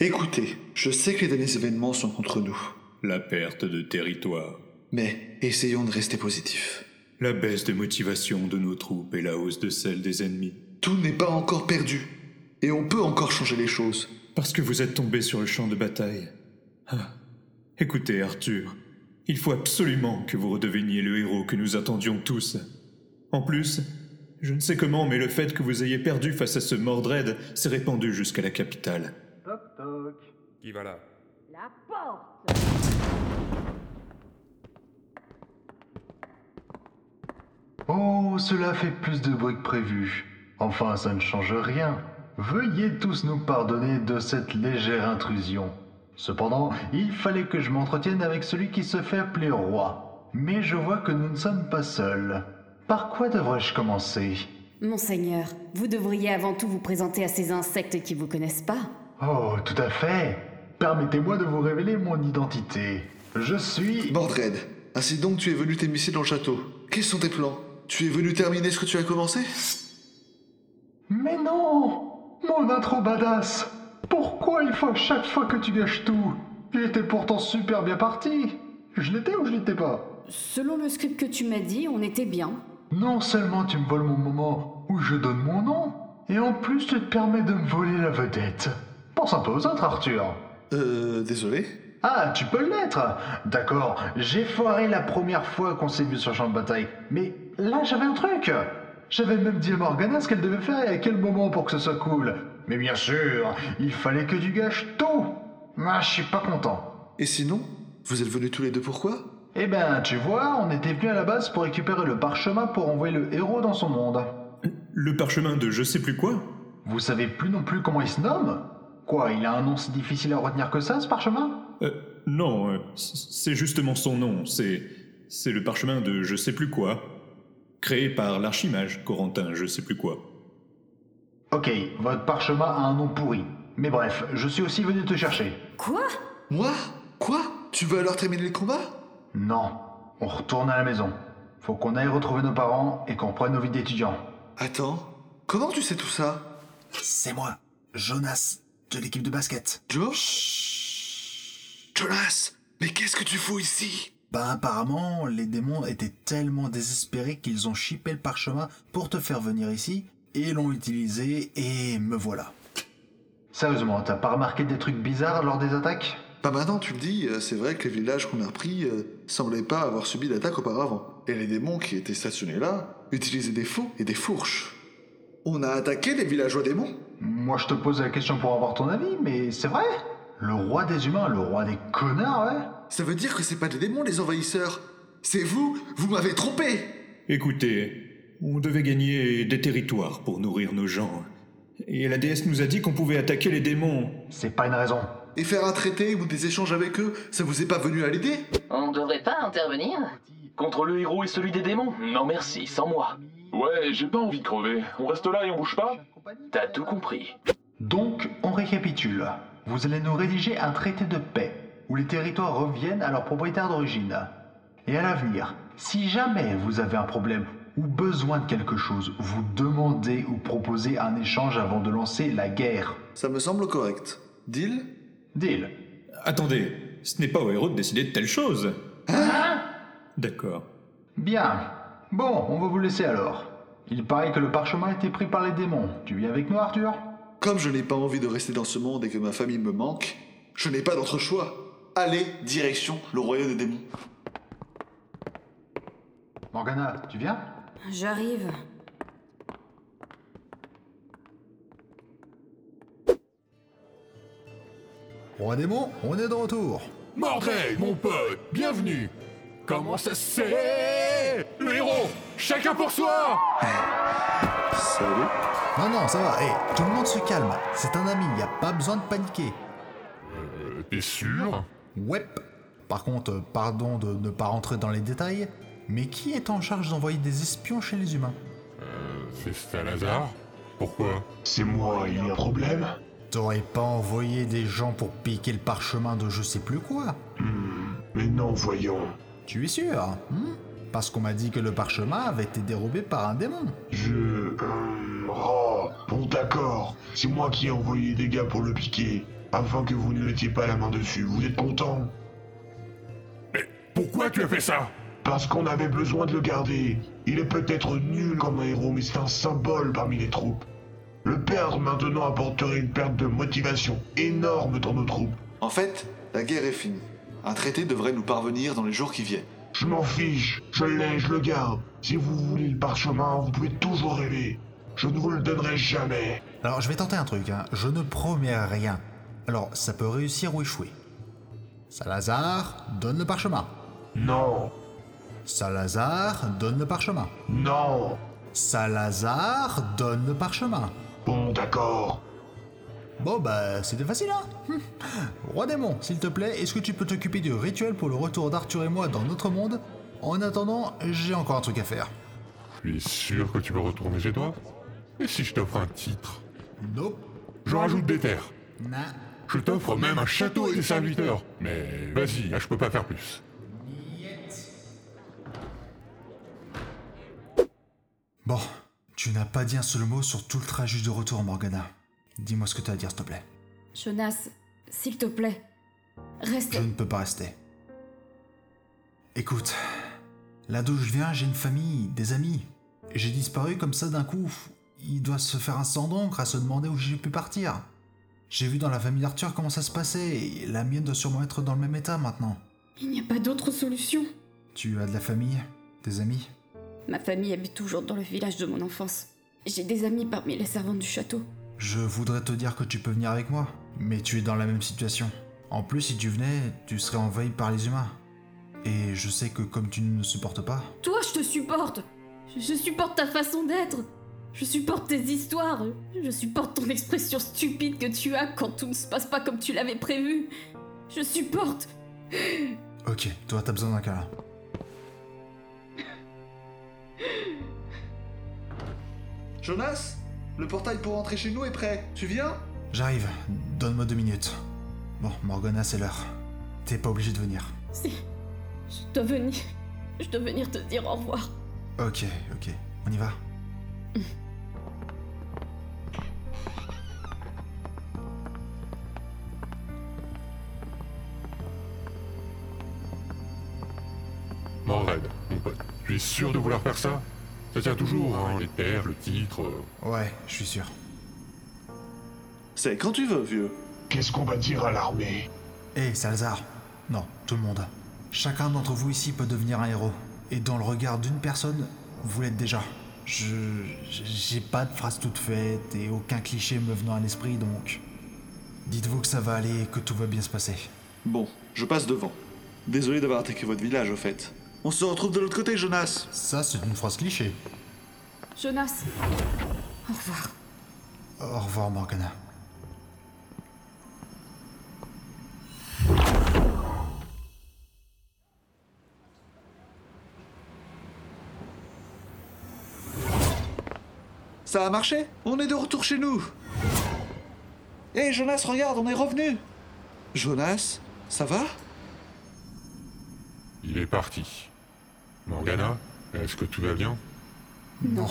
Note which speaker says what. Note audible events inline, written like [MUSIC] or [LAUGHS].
Speaker 1: Écoutez, je sais que les derniers événements sont contre nous,
Speaker 2: La perte de territoire,
Speaker 1: mais essayons de rester positifs.
Speaker 2: la baisse de motivation de nos troupes et la hausse de celle des ennemis.
Speaker 1: Tout n'est pas encore perdu, et on peut encore changer les choses.
Speaker 2: Parce que vous êtes tombé sur le champ de bataille. Ah. Écoutez, Arthur, il faut absolument que vous redeveniez le héros que nous attendions tous. En plus, je ne sais comment, mais le fait que vous ayez perdu face à ce Mordred s'est répandu jusqu'à la capitale.
Speaker 3: Toc toc.
Speaker 4: Qui va là
Speaker 5: La porte
Speaker 3: Oh, cela fait plus de bruit que prévu. Enfin, ça ne change rien. Veuillez tous nous pardonner de cette légère intrusion. Cependant, il fallait que je m'entretienne avec celui qui se fait appeler roi. Mais je vois que nous ne sommes pas seuls. Par quoi devrais-je commencer
Speaker 5: Monseigneur, vous devriez avant tout vous présenter à ces insectes qui vous connaissent pas.
Speaker 3: Oh, tout à fait. Permettez-moi de vous révéler mon identité. Je suis...
Speaker 1: Mordred, ainsi donc tu es venu t'émisser dans le château. Quels sont tes plans Tu es venu terminer ce que tu as commencé
Speaker 3: Mais non Mon intro badass Pourquoi il faut à chaque fois que tu gâches tout J'étais pourtant super bien parti Je l'étais ou je l'étais pas
Speaker 5: Selon le script que tu m'as dit, on était bien.
Speaker 3: Non seulement tu me voles mon moment où je donne mon nom, et en plus tu te permets de me voler la vedette. Pense un peu aux autres, Arthur
Speaker 1: Euh, désolé.
Speaker 3: Ah, tu peux l'être D'accord, j'ai foiré la première fois qu'on s'est vu sur le champ de bataille. Mais là, j'avais un truc J'avais même dit à Morgana ce qu'elle devait faire et à quel moment pour que ce soit cool. Mais bien sûr, il fallait que tu gâches tout Ah, je suis pas content.
Speaker 1: Et sinon, vous êtes venus tous les deux pourquoi
Speaker 3: Eh ben, tu vois, on était venu à la base pour récupérer le parchemin pour envoyer le héros dans son monde.
Speaker 2: Le parchemin de je sais plus quoi
Speaker 3: Vous savez plus non plus comment il se nomme Quoi, il a un nom si difficile à retenir que ça, ce parchemin
Speaker 2: Euh, non, euh, c- c'est justement son nom, c'est. C'est le parchemin de je sais plus quoi, créé par l'archimage Corentin je sais plus quoi.
Speaker 3: Ok, votre parchemin a un nom pourri. Mais bref, je suis aussi venu te chercher.
Speaker 5: Quoi
Speaker 1: Moi Quoi Tu veux alors terminer le combat
Speaker 3: Non, on retourne à la maison. Faut qu'on aille retrouver nos parents et qu'on prenne nos vies d'étudiants.
Speaker 1: Attends, comment tu sais tout ça
Speaker 6: C'est moi, Jonas, de l'équipe de basket.
Speaker 1: Josh Jonas Mais qu'est-ce que tu fous ici
Speaker 6: Bah apparemment, les démons étaient tellement désespérés qu'ils ont chipé le parchemin pour te faire venir ici, et l'ont utilisé, et me voilà.
Speaker 3: Sérieusement, t'as pas remarqué des trucs bizarres lors des attaques
Speaker 1: Bah maintenant tu le dis, euh, c'est vrai que les villages qu'on a repris euh, semblaient pas avoir subi d'attaque auparavant. Et les démons qui étaient stationnés là utilisaient des faux et des fourches. On a attaqué des villageois démons
Speaker 3: Moi je te pose la question pour avoir ton avis, mais c'est vrai Le roi des humains, le roi des connards, ouais
Speaker 1: Ça veut dire que c'est pas des démons les envahisseurs C'est vous Vous m'avez trompé
Speaker 2: Écoutez, on devait gagner des territoires pour nourrir nos gens. Et la déesse nous a dit qu'on pouvait attaquer les démons.
Speaker 3: C'est pas une raison.
Speaker 1: Et faire un traité ou des échanges avec eux, ça vous est pas venu à l'idée
Speaker 7: On ne devrait pas intervenir
Speaker 8: Contre le héros et celui des démons Non merci, sans moi. Ouais, j'ai pas envie de crever. On reste là et on bouge pas T'as tout compris.
Speaker 3: Donc, on récapitule. Vous allez nous rédiger un traité de paix, où les territoires reviennent à leurs propriétaires d'origine. Et à l'avenir, si jamais vous avez un problème ou besoin de quelque chose, vous demandez ou proposez un échange avant de lancer la guerre.
Speaker 1: Ça me semble correct. Deal
Speaker 3: Deal.
Speaker 2: Attendez, ce n'est pas au héros de décider de telles choses. D'accord.
Speaker 3: Bien. Bon, on va vous laisser alors. Il paraît que le parchemin a été pris par les démons. Tu viens avec nous, Arthur
Speaker 1: Comme je n'ai pas envie de rester dans ce monde et que ma famille me manque, je n'ai pas d'autre choix. Allez, direction le royaume des démons.
Speaker 3: Morgana, tu viens
Speaker 5: J'arrive.
Speaker 6: Roi démon, on est de retour
Speaker 9: Mordred, mon pote, bienvenue Comment ça se fait Le héros Chacun pour soi
Speaker 1: Salut
Speaker 6: Non, non, ça va, hé, tout le monde se calme, c'est un ami, y a pas besoin de paniquer.
Speaker 9: Euh, T'es sûr
Speaker 6: Ouais. Par contre, euh, pardon de ne pas rentrer dans les détails, mais qui est en charge d'envoyer des espions chez les humains
Speaker 9: Euh, C'est Salazar Pourquoi
Speaker 10: C'est moi, il y a un problème
Speaker 6: T'aurais pas envoyé des gens pour piquer le parchemin de je sais plus quoi
Speaker 10: Hmm, Mais non, voyons.
Speaker 6: Tu es sûr hein Parce qu'on m'a dit que le parchemin avait été dérobé par un démon.
Speaker 10: Je... euh, ah, Hum, oh, bon d'accord, c'est moi qui ai envoyé des gars pour le piquer. Afin que vous ne mettiez pas la main dessus, vous êtes content
Speaker 9: Pourquoi tu as fait ça
Speaker 10: Parce qu'on avait besoin de le garder. Il est peut-être nul comme un héros, mais c'est un symbole parmi les troupes. Le perdre maintenant apporterait une perte de motivation énorme dans nos troupes.
Speaker 1: En fait, la guerre est finie. Un traité devrait nous parvenir dans les jours qui viennent.
Speaker 10: Je m'en fiche, je l'ai, je le garde. Si vous voulez le parchemin, vous pouvez toujours rêver. Je ne vous le donnerai jamais.
Speaker 3: Alors, je vais tenter un truc, hein. je ne promets rien. Alors, ça peut réussir ou échouer. Salazar, donne le parchemin.
Speaker 10: Non,
Speaker 3: Salazar, donne le parchemin.
Speaker 10: non.
Speaker 3: Salazar, donne le parchemin.
Speaker 10: Bon, d'accord.
Speaker 3: Bon, bah, c'était facile, hein [LAUGHS] Hum. Roi démon, s'il te plaît, est-ce que tu peux t'occuper du rituel pour le retour d'Arthur et moi dans notre monde En attendant, j'ai encore un truc à faire.
Speaker 9: Je suis sûr que tu veux retourner chez toi Et si je t'offre un titre
Speaker 3: Nope.
Speaker 9: Je rajoute des terres.
Speaker 3: Nah.
Speaker 9: Je t'offre même un château et des serviteurs. Mais vas-y, là, je peux pas faire plus.
Speaker 3: Bon, tu n'as pas dit un seul mot sur tout le trajet de retour, Morgana. Dis-moi ce que t'as à dire, s'il te plaît.
Speaker 5: Jonas, s'il te plaît, reste.
Speaker 3: Je ne peux pas rester. Écoute, là d'où je viens, j'ai une famille, des amis. J'ai disparu comme ça d'un coup. Il doit se faire un sang d'encre à se demander où j'ai pu partir. J'ai vu dans la famille d'Arthur comment ça se passait, et la mienne doit sûrement être dans le même état maintenant.
Speaker 5: Il n'y a pas d'autre solution.
Speaker 3: Tu as de la famille, des amis
Speaker 5: Ma famille habite toujours dans le village de mon enfance. J'ai des amis parmi les servantes du château.
Speaker 3: Je voudrais te dire que tu peux venir avec moi, mais tu es dans la même situation. En plus, si tu venais, tu serais envahi par les humains. Et je sais que comme tu ne me supportes pas,
Speaker 5: Toi, je te supporte. Je, je supporte ta façon d'être. Je supporte tes histoires. Je supporte ton expression stupide que tu as quand tout ne se passe pas comme tu l'avais prévu. Je supporte.
Speaker 3: Ok, toi t'as besoin d'un câlin.
Speaker 1: Jonas, le portail pour rentrer chez nous est prêt. Tu viens
Speaker 3: J'arrive, donne-moi deux minutes. Bon, Morgana, c'est l'heure. T'es pas obligé de venir.
Speaker 5: Si. Je dois venir. Je dois venir te dire au revoir.
Speaker 3: Ok, ok, on y va.
Speaker 9: Morred, mon pote, tu es sûr de vouloir faire ça Ça tient toujours, hein, les terres, le titre. euh.
Speaker 3: Ouais, je suis sûr.
Speaker 1: C'est quand tu veux, vieux.
Speaker 10: Qu'est-ce qu'on va dire à l'armée
Speaker 3: Hé, Salazar Non, tout le monde. Chacun d'entre vous ici peut devenir un héros. Et dans le regard d'une personne, vous l'êtes déjà. Je. J'ai pas de phrase toute faite et aucun cliché me venant à l'esprit donc. Dites-vous que ça va aller et que tout va bien se passer.
Speaker 1: Bon, je passe devant. Désolé d'avoir attaqué votre village, au fait. On se retrouve de l'autre côté, Jonas.
Speaker 3: Ça, c'est une phrase cliché.
Speaker 5: Jonas. Au revoir.
Speaker 3: Au revoir, Morgana.
Speaker 1: Ça a marché On est de retour chez nous. Hé, Jonas, regarde, on est revenu. Jonas, ça va
Speaker 9: Il est parti. Morgana, est-ce que tout va bien
Speaker 3: Non.